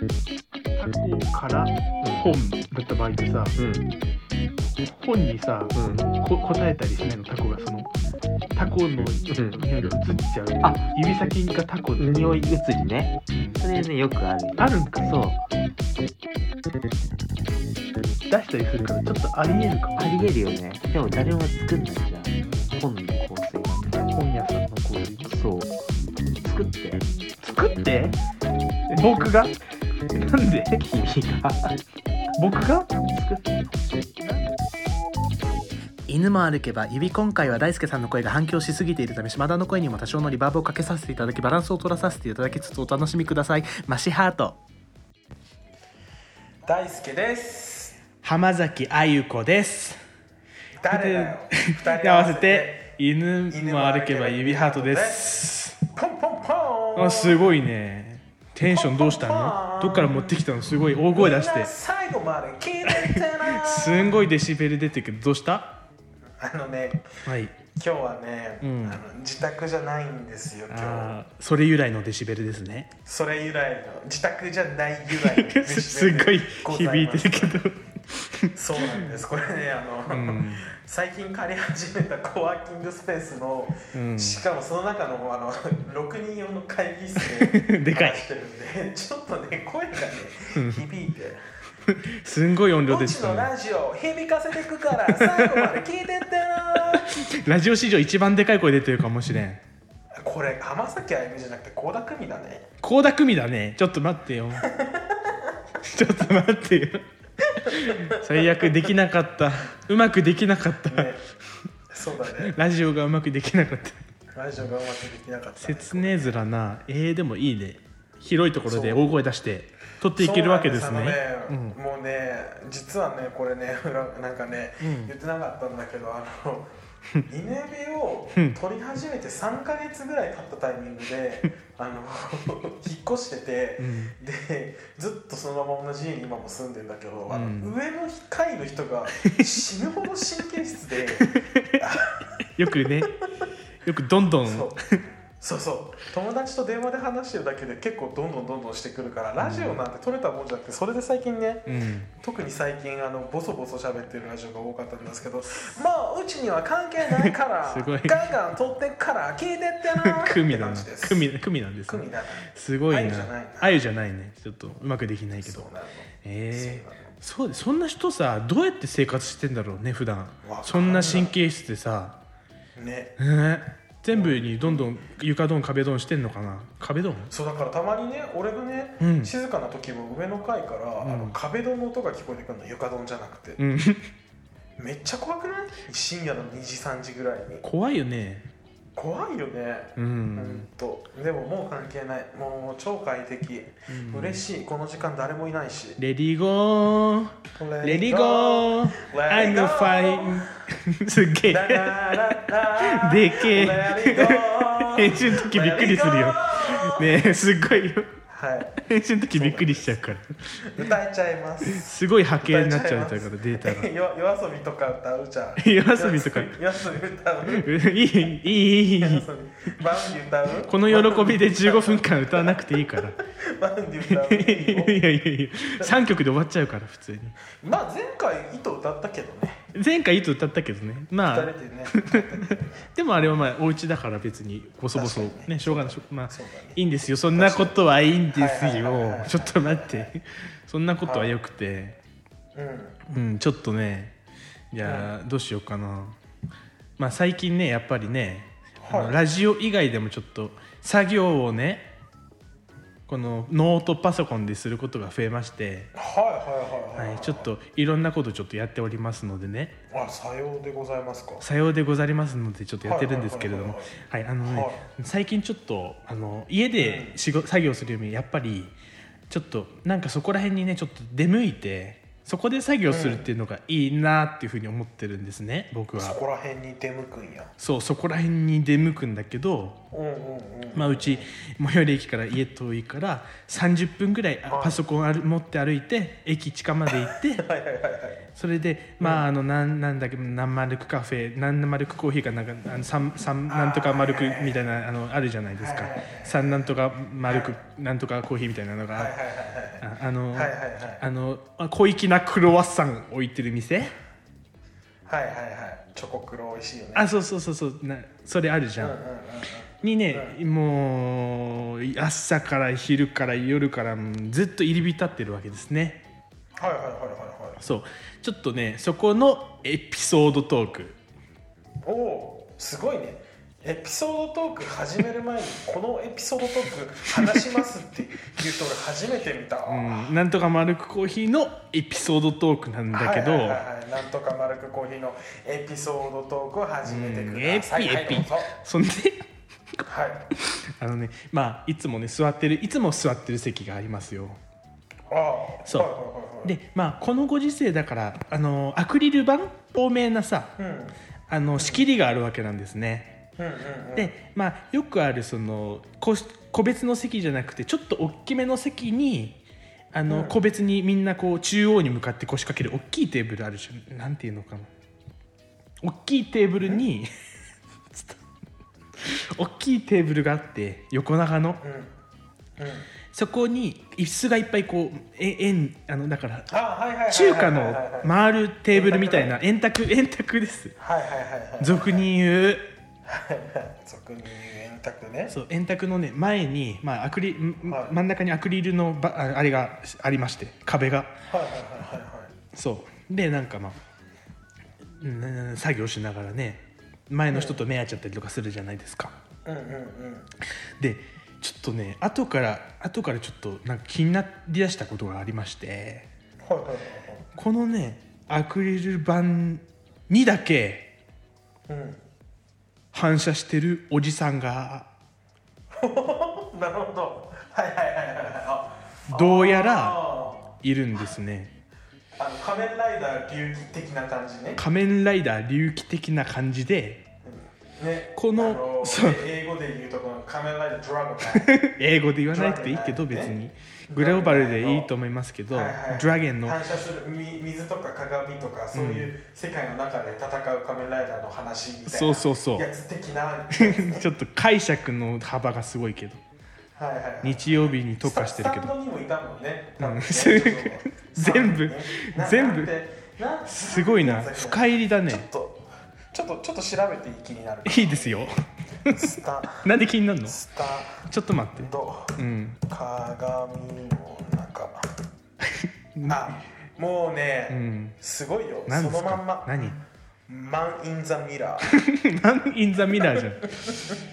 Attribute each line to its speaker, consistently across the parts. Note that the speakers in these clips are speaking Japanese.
Speaker 1: 他校から本だった場合ってさ
Speaker 2: うん
Speaker 1: 本にさ
Speaker 2: うん
Speaker 1: こ答えたりしないのタコがそのタコの
Speaker 2: うん
Speaker 1: 匂いが移っちゃう
Speaker 2: あ
Speaker 1: 指先がタコの
Speaker 2: 匂い移りねそれねよくあるよ
Speaker 1: あるんかい
Speaker 2: そう
Speaker 1: 出したりするからちょっとありえるかも
Speaker 2: ありえるよねでも誰も作んないじゃん本の香水なんて
Speaker 1: 本屋さんのこういう
Speaker 2: そう作って
Speaker 1: 作って僕がなんで
Speaker 2: 君が
Speaker 1: 僕が
Speaker 2: 作って
Speaker 3: 犬も歩けば指今回は大輔さんの声が反響しすぎているため島田の声にも多少のリバーブをかけさせていただきバランスを取らさせていただきつつお楽しみくださいマシハート
Speaker 4: 大輔です
Speaker 3: 浜崎あゆ子です
Speaker 4: 誰だよ二人
Speaker 3: 合わせて犬も歩けば指ハートです
Speaker 4: ポンポンポン
Speaker 3: あすごいねテンションどうしたのどっから持ってきたのすごい大声出し
Speaker 4: みん
Speaker 3: て
Speaker 4: な最後まで聞いててな
Speaker 3: すんごいデシベル出てるけどどうした
Speaker 4: あのね
Speaker 3: はい
Speaker 4: 今日はね、
Speaker 3: ん
Speaker 4: あの自宅じゃないんですよ今日
Speaker 3: あーそれ由来のデシベルですね
Speaker 4: それ由来の自宅じゃない由来のデシベル
Speaker 3: す すっごい
Speaker 4: ござ
Speaker 3: 響い
Speaker 4: ま
Speaker 3: て
Speaker 4: す
Speaker 3: るけど
Speaker 4: そうなんですこれねあの、
Speaker 3: ん
Speaker 4: 最近借り始めたコワーキングスペースの、
Speaker 3: うん
Speaker 4: しかもその中のあの6人用の会議室で
Speaker 3: でかい
Speaker 4: 話してるんでちょっとね声がね響いて。
Speaker 3: すんごい音量
Speaker 4: う
Speaker 3: で
Speaker 4: ち
Speaker 3: し
Speaker 4: の
Speaker 3: たね
Speaker 4: ラジオ響かせてくから 最後まで聞いてってな
Speaker 3: ラジオ史上一番でかい声出てるかもしれん
Speaker 4: これ浜崎あゆみじゃなくて倖田來未 だね
Speaker 3: 倖田來未だねちょっと待ってよ ちょっと待ってよ最悪できなかったうまくできなかった、
Speaker 4: ねそうだね
Speaker 3: ラジオがうまくできなかった
Speaker 4: ラジオがうまくできなかったね、
Speaker 3: 説明面なえー、でもいいね広いところで大声出して取っていけるわけです
Speaker 4: そうなん
Speaker 3: ね
Speaker 4: あのねもうね実はねこれね裏なんかね、言ってなかったんだけどあ のイネビを取り始めて3か月ぐらい経ったタイミングで あの引っ越してて、でずっとそのまま同じ家に今も住んでんだけど、あの
Speaker 3: うん
Speaker 4: 上の階の人が死ぬほど神経質 で
Speaker 3: よくねよくどんどん
Speaker 4: そうそうそう友達と電話で話してるだけで結構どんどんどんどんしてくるからラジオなんて撮れたもんじゃなくてそれで最近ね
Speaker 3: うん
Speaker 4: 特に最近あのボソボソ喋ってるラジオが多かったんですけどまあうちには関係ないか ら
Speaker 3: すごい
Speaker 4: ガンガン撮ってっから聞いてってなー
Speaker 3: 組
Speaker 4: って
Speaker 3: だな
Speaker 4: 感じです
Speaker 3: 組組なんです、ね
Speaker 4: 組、だな
Speaker 3: すごいな
Speaker 4: あゆじゃないな
Speaker 3: あゆじゃないねちょっとうまくできないけ
Speaker 4: そう
Speaker 3: ど
Speaker 4: なの
Speaker 3: え
Speaker 4: そ
Speaker 3: ー、そ
Speaker 4: うなの
Speaker 3: うでそんな人さどうやって生活してんだろうね普段
Speaker 4: かんない
Speaker 3: そんな神経質でさ、
Speaker 4: ね
Speaker 3: えー全部にどんどん床ドン壁ドンしてんのかな壁ドン
Speaker 4: そうだからたまにね俺がね、
Speaker 3: うん
Speaker 4: 静かな時も上の階から、あの壁ドンの音が聞こえてくるの床ドンじゃなく
Speaker 3: う
Speaker 4: て、
Speaker 3: ん
Speaker 4: めっちゃ怖くない深夜の2時3時ぐらいに
Speaker 3: 怖いよね
Speaker 4: 怖いよね
Speaker 3: う
Speaker 4: ほ
Speaker 3: ん
Speaker 4: んとでももう関係ないもう超快適、嬉しいこの時間誰もいないし
Speaker 3: レディーゴーレディーゴー
Speaker 4: Let
Speaker 3: I'm
Speaker 4: it go
Speaker 3: fine すっげ
Speaker 4: ラ
Speaker 3: え
Speaker 4: ラララ
Speaker 3: でけえ
Speaker 4: Let it go
Speaker 3: 編集の時びっくりするよ
Speaker 4: Let it go
Speaker 3: ねえすっごいよ
Speaker 4: はい
Speaker 3: 編集の時びっくりしちゃうから
Speaker 4: 歌えちゃいます
Speaker 3: すごい波形になっちゃうからデータが
Speaker 4: よ夜遊びとか歌うじゃん
Speaker 3: 夜遊びとか
Speaker 4: 夜遊び歌う夜遊
Speaker 3: いいいいいいいい
Speaker 4: びバウンディ歌う
Speaker 3: この喜びで15分間歌わなくていいから
Speaker 4: バウンディ歌う
Speaker 3: いやいやいや3曲で終わっちゃうから普通に
Speaker 4: まあ前回糸歌ったけどね
Speaker 3: 前回いつ歌ったけどねま
Speaker 4: 二
Speaker 3: あ
Speaker 4: 人でね
Speaker 3: でもあれはまあお家だから別にボソボソ
Speaker 4: 確かに
Speaker 3: ねしょうがないしょまあ
Speaker 4: そうだね
Speaker 3: いいんですよそんなことはいいんです
Speaker 4: はいはいはいはい
Speaker 3: よ
Speaker 4: はい
Speaker 3: ちょっと待ってそんなことはよくて
Speaker 4: うん
Speaker 3: うんちょっとねじゃあどうしようかなまあ最近ねやっぱりねあの
Speaker 4: はい
Speaker 3: ラジオ以外でもちょっと作業をねこのノートパソコンですることが増えまして
Speaker 4: はいはいはい
Speaker 3: は
Speaker 4: はい
Speaker 3: い、ちょっといろんなことちょっとやっておりますのでね
Speaker 4: あさようでございますか
Speaker 3: さようでござりますのでちょっとやってるんですけれどもはいあのね、
Speaker 4: はい
Speaker 3: 最近ちょっとあの家で仕事作業するよりもやっぱりちょっとなんかそこら辺にねちょっと出向いてそこで作業するっていうのがいいなっていうふうに思ってるんですね、僕
Speaker 4: そ
Speaker 3: は
Speaker 4: こら辺に出向くんや
Speaker 3: そうそこら辺に出向くんだけど
Speaker 4: うんうんうん
Speaker 3: まあ、うち最寄り駅から家遠いから30分ぐらいあ
Speaker 4: はい
Speaker 3: パソコンある持って歩いて駅近まで行 ってそれでまああのなんなんだっけ何丸くカフェ何丸くコーヒーかなんかあの三三なんとか丸くみたいなあのあるじゃないですか三なんとか丸くなんとかコーヒーみたいなのが、
Speaker 4: はいはい
Speaker 3: ああの、
Speaker 4: はいはいはいはい
Speaker 3: あのあ小粋なクロワッサン置いてる店
Speaker 4: はいはいはいはいチョコクロ美味しいよね
Speaker 3: あそうそうそうそうなそれあるじゃん、
Speaker 4: うんうんうんうん
Speaker 3: にね、もう朝から昼から夜からうんずっと入り浸ってるわけですね
Speaker 4: はいはいはいはいはい
Speaker 3: そうちょっとねそこのエピソードトーク
Speaker 4: おおーすごいねエピソードトーク始める前にこのエピソードトーク話しますって言うと俺初めて見た、
Speaker 3: うん、なんとか丸くコーヒーのエピソードトークなんだけど、
Speaker 4: はいはいはいはいなんとかマルクコーヒーのエピソードトークを始めて
Speaker 3: う
Speaker 4: く
Speaker 3: ん
Speaker 4: ださい、
Speaker 3: エピ
Speaker 4: はい
Speaker 3: エピ
Speaker 4: どうぞ
Speaker 3: そんで
Speaker 4: はい
Speaker 3: あのねまあいつもね座ってるいつも座ってる席がありますよ
Speaker 4: ああ
Speaker 3: そう
Speaker 4: はいはいはいはい
Speaker 3: でまあこのご時世だからあのアクリル板透明なさ
Speaker 4: うん
Speaker 3: あの仕切りがあるわけなんですね
Speaker 4: うんうんうん
Speaker 3: でまあよくあるその個室個別の席じゃなくてちょっと大きめの席にあの、
Speaker 4: うん
Speaker 3: 個別にみんなこう中央に向かって腰掛ける大きいテーブルあるじゃんなんていうのかな大きいテーブル に大きいテーブルがあって横長の
Speaker 4: うんうん
Speaker 3: そこに椅子がいっぱいこうえ円あのだから
Speaker 4: あはいはいはいはい
Speaker 3: 中華
Speaker 4: はい
Speaker 3: の
Speaker 4: はいはい
Speaker 3: 回るテーブルみたいな円卓円卓です
Speaker 4: はいはいはいはい
Speaker 3: 俗に言う
Speaker 4: 俗に言う円卓ね
Speaker 3: そう円卓のね前に、まあ、アクリん
Speaker 4: はい
Speaker 3: 真ん中にアクリルのばああれがありまして壁が
Speaker 4: はいはいはいはいはい
Speaker 3: そうでなんかまあうん作業しながらね前の人と目合っちゃったりとかするじゃないですか
Speaker 4: うんうんうん
Speaker 3: でちょっとね後から後からちょっとなんか気になりだしたことがありまして
Speaker 4: はいはいはい
Speaker 3: このねアクリル板にだけ
Speaker 4: はい
Speaker 3: 反射してるおじさんが
Speaker 4: うんなるほどはいはいはいはいはいあ
Speaker 3: どうやら
Speaker 4: あ
Speaker 3: いるんですね
Speaker 4: ーあの仮面ライダー龍騎的な感じね
Speaker 3: 仮面ライダー龍騎的な感じで
Speaker 4: ね
Speaker 3: この
Speaker 4: あの
Speaker 3: そう
Speaker 4: 英語で言うとこの仮面ライダードラ ゴンだね
Speaker 3: 英語で言わなくていいけど別にグローバルでいいと思いますけど
Speaker 4: はいはい
Speaker 3: ドラゲンの
Speaker 4: 反射するみ水とか鏡とかそういう世界の中で戦う仮面ライダーの話みたいな
Speaker 3: そうそうそう
Speaker 4: やつ的 なはい
Speaker 3: ちょっと解釈の幅がすごいけど
Speaker 4: はいはい
Speaker 3: 日曜日に特化してるけ
Speaker 4: ス
Speaker 3: ど
Speaker 4: タンドにもいたもんね。
Speaker 3: うん
Speaker 4: ね
Speaker 3: 全部
Speaker 4: な
Speaker 3: 全部
Speaker 4: なんてなん
Speaker 3: すごいな
Speaker 4: なんて
Speaker 3: 深入りだ
Speaker 4: ちょっ
Speaker 3: ね
Speaker 4: とちょっとちょっと調べていい気になる。
Speaker 3: いいですよ
Speaker 4: スタ
Speaker 3: なんで気になるの
Speaker 4: スタン
Speaker 3: ちょっと待って
Speaker 4: ド
Speaker 3: うん
Speaker 4: 鏡の 中。あもうね、
Speaker 3: うん
Speaker 4: すごいよ。そ
Speaker 3: 何で
Speaker 4: の
Speaker 3: す
Speaker 4: まん
Speaker 3: か
Speaker 4: ま。
Speaker 3: 何
Speaker 4: マンインザミラー。
Speaker 3: マン・イン・ザ・ミラーじゃん。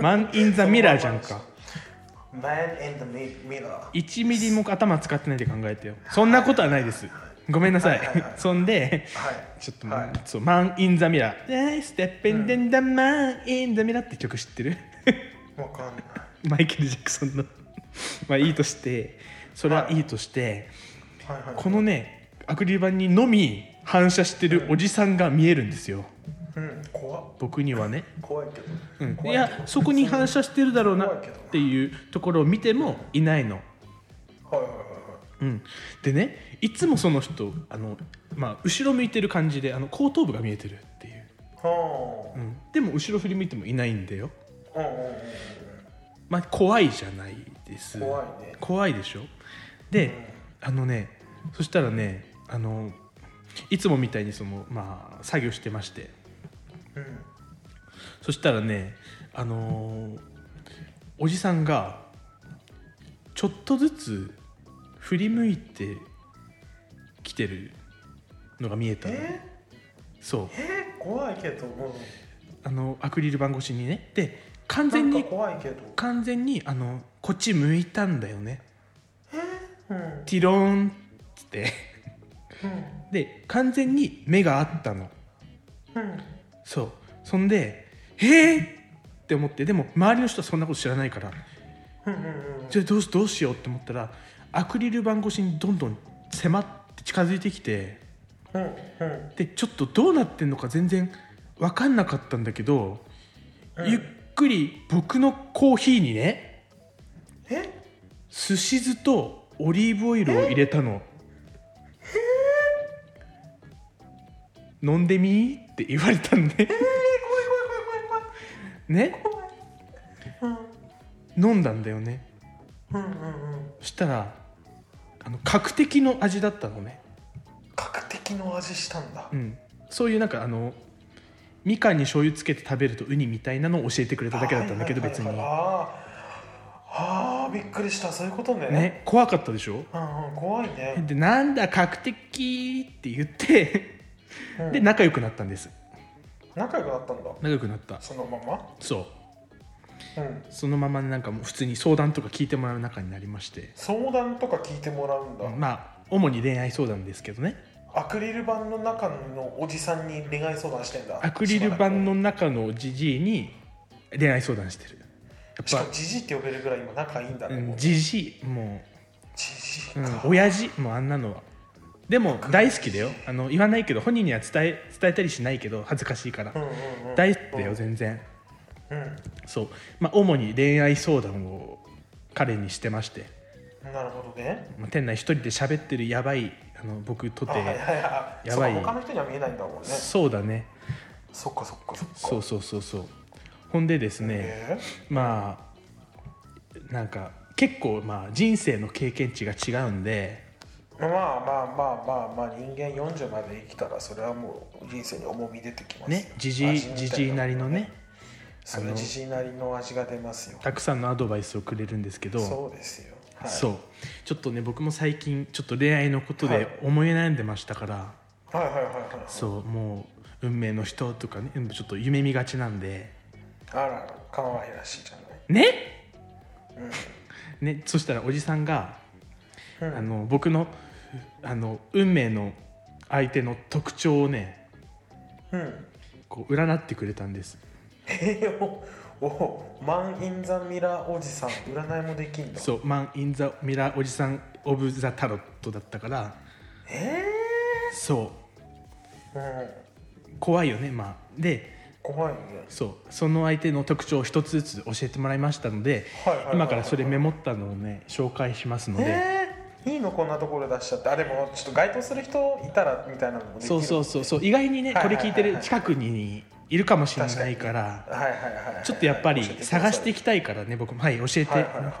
Speaker 3: マン・イン・ザ・ミラーじゃんか。
Speaker 4: マンインザミラー。
Speaker 3: 1ミリも頭使ってないで考えてよ。そんなことはないです。ごめんなさい。
Speaker 4: はいはいはい
Speaker 3: そんで、
Speaker 4: はい。
Speaker 3: ちょっと、
Speaker 4: はい
Speaker 3: そうマン・イン・ザ・ミラー。ステッペン・デン・ダ・マン・イン・ザ・ミラーって曲知ってる
Speaker 4: わかんない。
Speaker 3: マイケル・ジャクソンの。 まあいいとして、それはいいとして、
Speaker 4: はいはい。
Speaker 3: このね、アクリル板にのみ反射してるおじさんが見えるんですよ。
Speaker 4: うん怖っ
Speaker 3: 僕にはね。
Speaker 4: 怖いけど。
Speaker 3: うんい
Speaker 4: 怖けど
Speaker 3: やそこに反射してるだろうな
Speaker 4: 怖い
Speaker 3: っ
Speaker 4: けどな
Speaker 3: ていうところを見てもいないの、
Speaker 4: はいはいはい
Speaker 3: うん、でねいつもその人あの、まあ、後ろ向いてる感じであの後頭部が見えてるっていう、
Speaker 4: はい。はあ。
Speaker 3: うん、でも後ろ振り向いてもいないんだよ、
Speaker 4: うんうんうんうん
Speaker 3: まあ、怖いじゃないです
Speaker 4: 怖いね
Speaker 3: 怖いでしょであのねそしたらねあのいつもみたいにその、まあ、作業してまして
Speaker 4: うんうん
Speaker 3: そしたらねあのーおじさんがちょっとずつ振り向いてきてるのが見えたの
Speaker 4: え
Speaker 3: そう
Speaker 4: え怖いけど、う
Speaker 3: あのアクリル板越しにねで完
Speaker 4: ん、な
Speaker 3: 全
Speaker 4: んか
Speaker 3: に
Speaker 4: 怖いけど、
Speaker 3: 完全にあのこっち向いたんだよね
Speaker 4: うんうん
Speaker 3: ティローンっつってで完全に目があったの
Speaker 4: うん、
Speaker 3: そうそんで「えー!」って思ってでも周りの人はそんなこと知らないから
Speaker 4: うんうんうん
Speaker 3: じゃあどうしどうしようって思ったらアクリル板越しにどんどん迫って近づいてきて
Speaker 4: うんうん
Speaker 3: でちょっとどうなってんのか全然分かんなかったんだけど、
Speaker 4: うん
Speaker 3: ゆっくり僕のコーヒーにね
Speaker 4: え
Speaker 3: すし酢とオリーブオイルを入れたの。飲んでみーって言われたんでね飲んだんだよね
Speaker 4: うんうんうん
Speaker 3: そしたらあの角的の味だったのね、
Speaker 4: 角的の味したんだ、
Speaker 3: うん、そういうなんかあのみかんに醤油つけて食べるとウニみたいなのを教えてくれただけだったんだけど
Speaker 4: はいは
Speaker 3: 別
Speaker 4: いはい
Speaker 3: に
Speaker 4: はいあーあーびっくりしたそういうことね
Speaker 3: ね怖かったでしょ
Speaker 4: うんうん怖いね、
Speaker 3: でなんだ角的って言って
Speaker 4: うん
Speaker 3: で仲良くなったんです
Speaker 4: 仲良くなったんだ
Speaker 3: 仲良くなった
Speaker 4: そのまま
Speaker 3: そう
Speaker 4: うん
Speaker 3: そのままなんかもう普通に相談とか聞いてもらう仲になりまして
Speaker 4: 相談とか聞いてもらうんだ、
Speaker 3: まあ主に恋愛相談ですけどね
Speaker 4: アクリル板の中のおじさんに恋愛相談してんだ
Speaker 3: アクリル板の中のじじいに恋愛相談してる
Speaker 4: し
Speaker 3: や
Speaker 4: か
Speaker 3: っ
Speaker 4: もじじいって呼べるぐらい今仲いいんだ
Speaker 3: ぱ
Speaker 4: ねもうじ
Speaker 3: じじいも、
Speaker 4: じいう
Speaker 3: うん
Speaker 4: か、、
Speaker 3: 親父もうあんなのはでも大好きだよあの言わないけど本人には伝え伝えたりしないけど恥ずかしいから
Speaker 4: うんうんうん、
Speaker 3: 大好きだよ全然
Speaker 4: うん
Speaker 3: そうまあ主に恋愛相談を彼にしてまして、
Speaker 4: なるほどね
Speaker 3: まあ、店内一人で喋ってるやばいあの僕と
Speaker 4: あはいはい
Speaker 3: て
Speaker 4: はい
Speaker 3: やばい
Speaker 4: そうか他の人には見えないんだもんね
Speaker 3: そうだね
Speaker 4: そっかそっかそっか
Speaker 3: そうそうそうそうほんでですね
Speaker 4: え
Speaker 3: まあなんか結構まあ人生の経験値が違うんで
Speaker 4: まあまあまあまあまあ人間40まで生きたらそれはもう人生に重み出てきますよ
Speaker 3: ねじじい
Speaker 4: 味みた
Speaker 3: じ
Speaker 4: い
Speaker 3: じいなりのね
Speaker 4: それ
Speaker 3: あの
Speaker 4: じじいなりの味が出ますよ
Speaker 3: たくさんのアドバイスをくれるんですけど
Speaker 4: そうですよ、はい、
Speaker 3: そうちょっとね僕も最近ちょっと恋愛のこと
Speaker 4: はい
Speaker 3: で思い悩んでましたから、
Speaker 4: はいはいはいはい
Speaker 3: そうもう運命の人とかねうんちょっと夢見がちなんで
Speaker 4: あららかわいらしいじゃない
Speaker 3: ねねそしたらおじさんが、
Speaker 4: うん
Speaker 3: あの僕のあの運命の相手の特徴をね
Speaker 4: うん
Speaker 3: こう占ってくれたんです
Speaker 4: えー、おおマン・イン・ザ・ミラーおじさん占いもできんだ
Speaker 3: そう「マン・イン・ザ・ミラーおじさん・オブ・ザ・タロット」だったから
Speaker 4: え
Speaker 3: そ
Speaker 4: えー、うん
Speaker 3: う怖いよねまあで
Speaker 4: 怖いね
Speaker 3: そうその相手の特徴を一つずつ教えてもらいましたので、
Speaker 4: はいはいはいはい
Speaker 3: 今からそれメモったのをね紹介しますので、
Speaker 4: えー、いいのこんなところで出しちゃってあでもちょっと該当する人いたらみたいなのもできる
Speaker 3: そうそうそうそう意外にね
Speaker 4: はい
Speaker 3: こ
Speaker 4: はい
Speaker 3: れ
Speaker 4: はい
Speaker 3: 聞いてる近くにいるかもしれないから
Speaker 4: はいはいはいはい
Speaker 3: ちょっとやっぱり
Speaker 4: 教えください
Speaker 3: 探していきたいからね僕もはい教えて、
Speaker 4: はいはいはいはい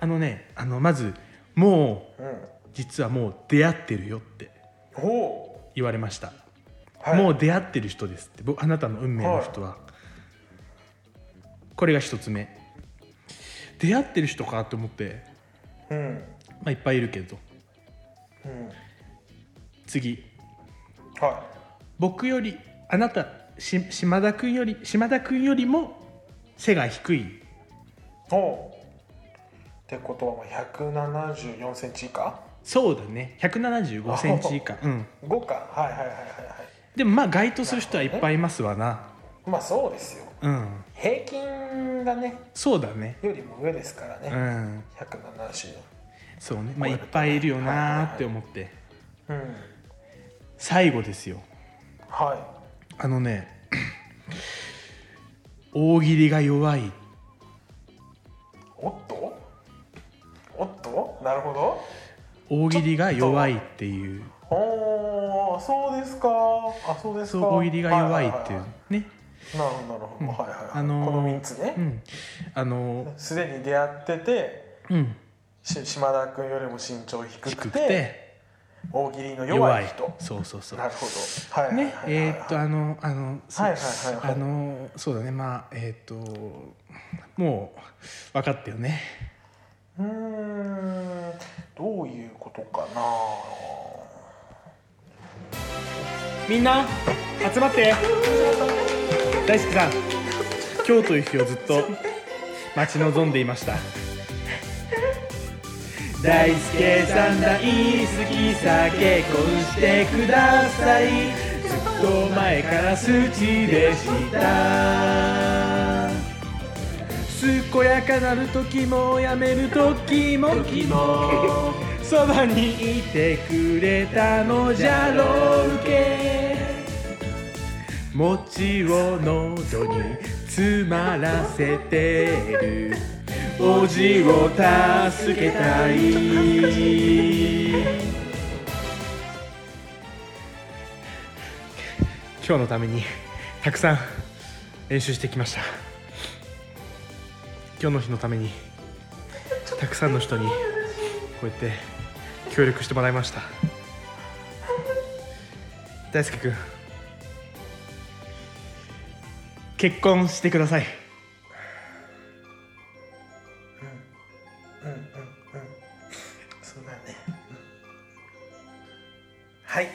Speaker 3: あのねあのまずもう
Speaker 4: うん
Speaker 3: 実はもう出会ってるよって
Speaker 4: お
Speaker 3: 言われました、
Speaker 4: お、はい、
Speaker 3: もう出会ってる人ですって僕あなたの運命の人は、これが一つ目出会ってる人かと思って、
Speaker 4: うん
Speaker 3: まあ、いっぱいいるけど
Speaker 4: うん
Speaker 3: 次
Speaker 4: は
Speaker 3: 僕よりあなたし島田君より島田君よりも背が低い
Speaker 4: いおおってことはまあ174センチ以下
Speaker 3: そうだね175センチ以下うん
Speaker 4: 5かはいはいはいはいは
Speaker 3: でもまあ該当する人はいっぱいいますわない
Speaker 4: まあそうですよ
Speaker 3: うん
Speaker 4: 平均がね
Speaker 3: そうだね
Speaker 4: よりも上ですから
Speaker 3: う
Speaker 4: ね、
Speaker 3: ん
Speaker 4: 170
Speaker 3: そうねまあいっぱいいるよなーって思って
Speaker 4: うん
Speaker 3: 最後ですよ
Speaker 4: は
Speaker 3: あのね 大喜利が弱い
Speaker 4: いおっとおっとなるほど
Speaker 3: 大喜利が弱いっていう
Speaker 4: おーそうですかあそうです
Speaker 3: そ
Speaker 4: か
Speaker 3: う大喜利が弱いっていう
Speaker 4: ははは
Speaker 3: ね
Speaker 4: いなるほどなるほど、はいはいはい
Speaker 3: あのー
Speaker 4: この3つ
Speaker 3: う
Speaker 4: ね
Speaker 3: んあの
Speaker 4: すで、に出会ってて
Speaker 3: うん
Speaker 4: し島田君よりも身長低くて
Speaker 3: 低くて
Speaker 4: 大喜利の弱
Speaker 3: 弱
Speaker 4: い
Speaker 3: い
Speaker 4: 人
Speaker 3: そうそうそう
Speaker 4: なるほどはいはい
Speaker 3: ね
Speaker 4: はいはい
Speaker 3: えーっとあのあのそう
Speaker 4: はいはいはいはい
Speaker 3: あのそうだねまあえーっともう分かったよね
Speaker 4: うーんどういうことかな
Speaker 3: みんな集まって大好きさん今日という日をずっと待ち望んでいました大輔さん大好きさ結婚してくださいずっと前から数値でした健やかなる時もやめる時もそばにいてくれたのじゃろうけ餅を喉に詰まらせてるおじを助けたい今日のためにたくさん練習してきました今日の日のためにたたくさんの人にこうやって協力してもらいました大輔君結婚してください
Speaker 4: うんうんうんそうだねうんはい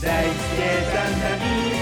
Speaker 3: 大輔さん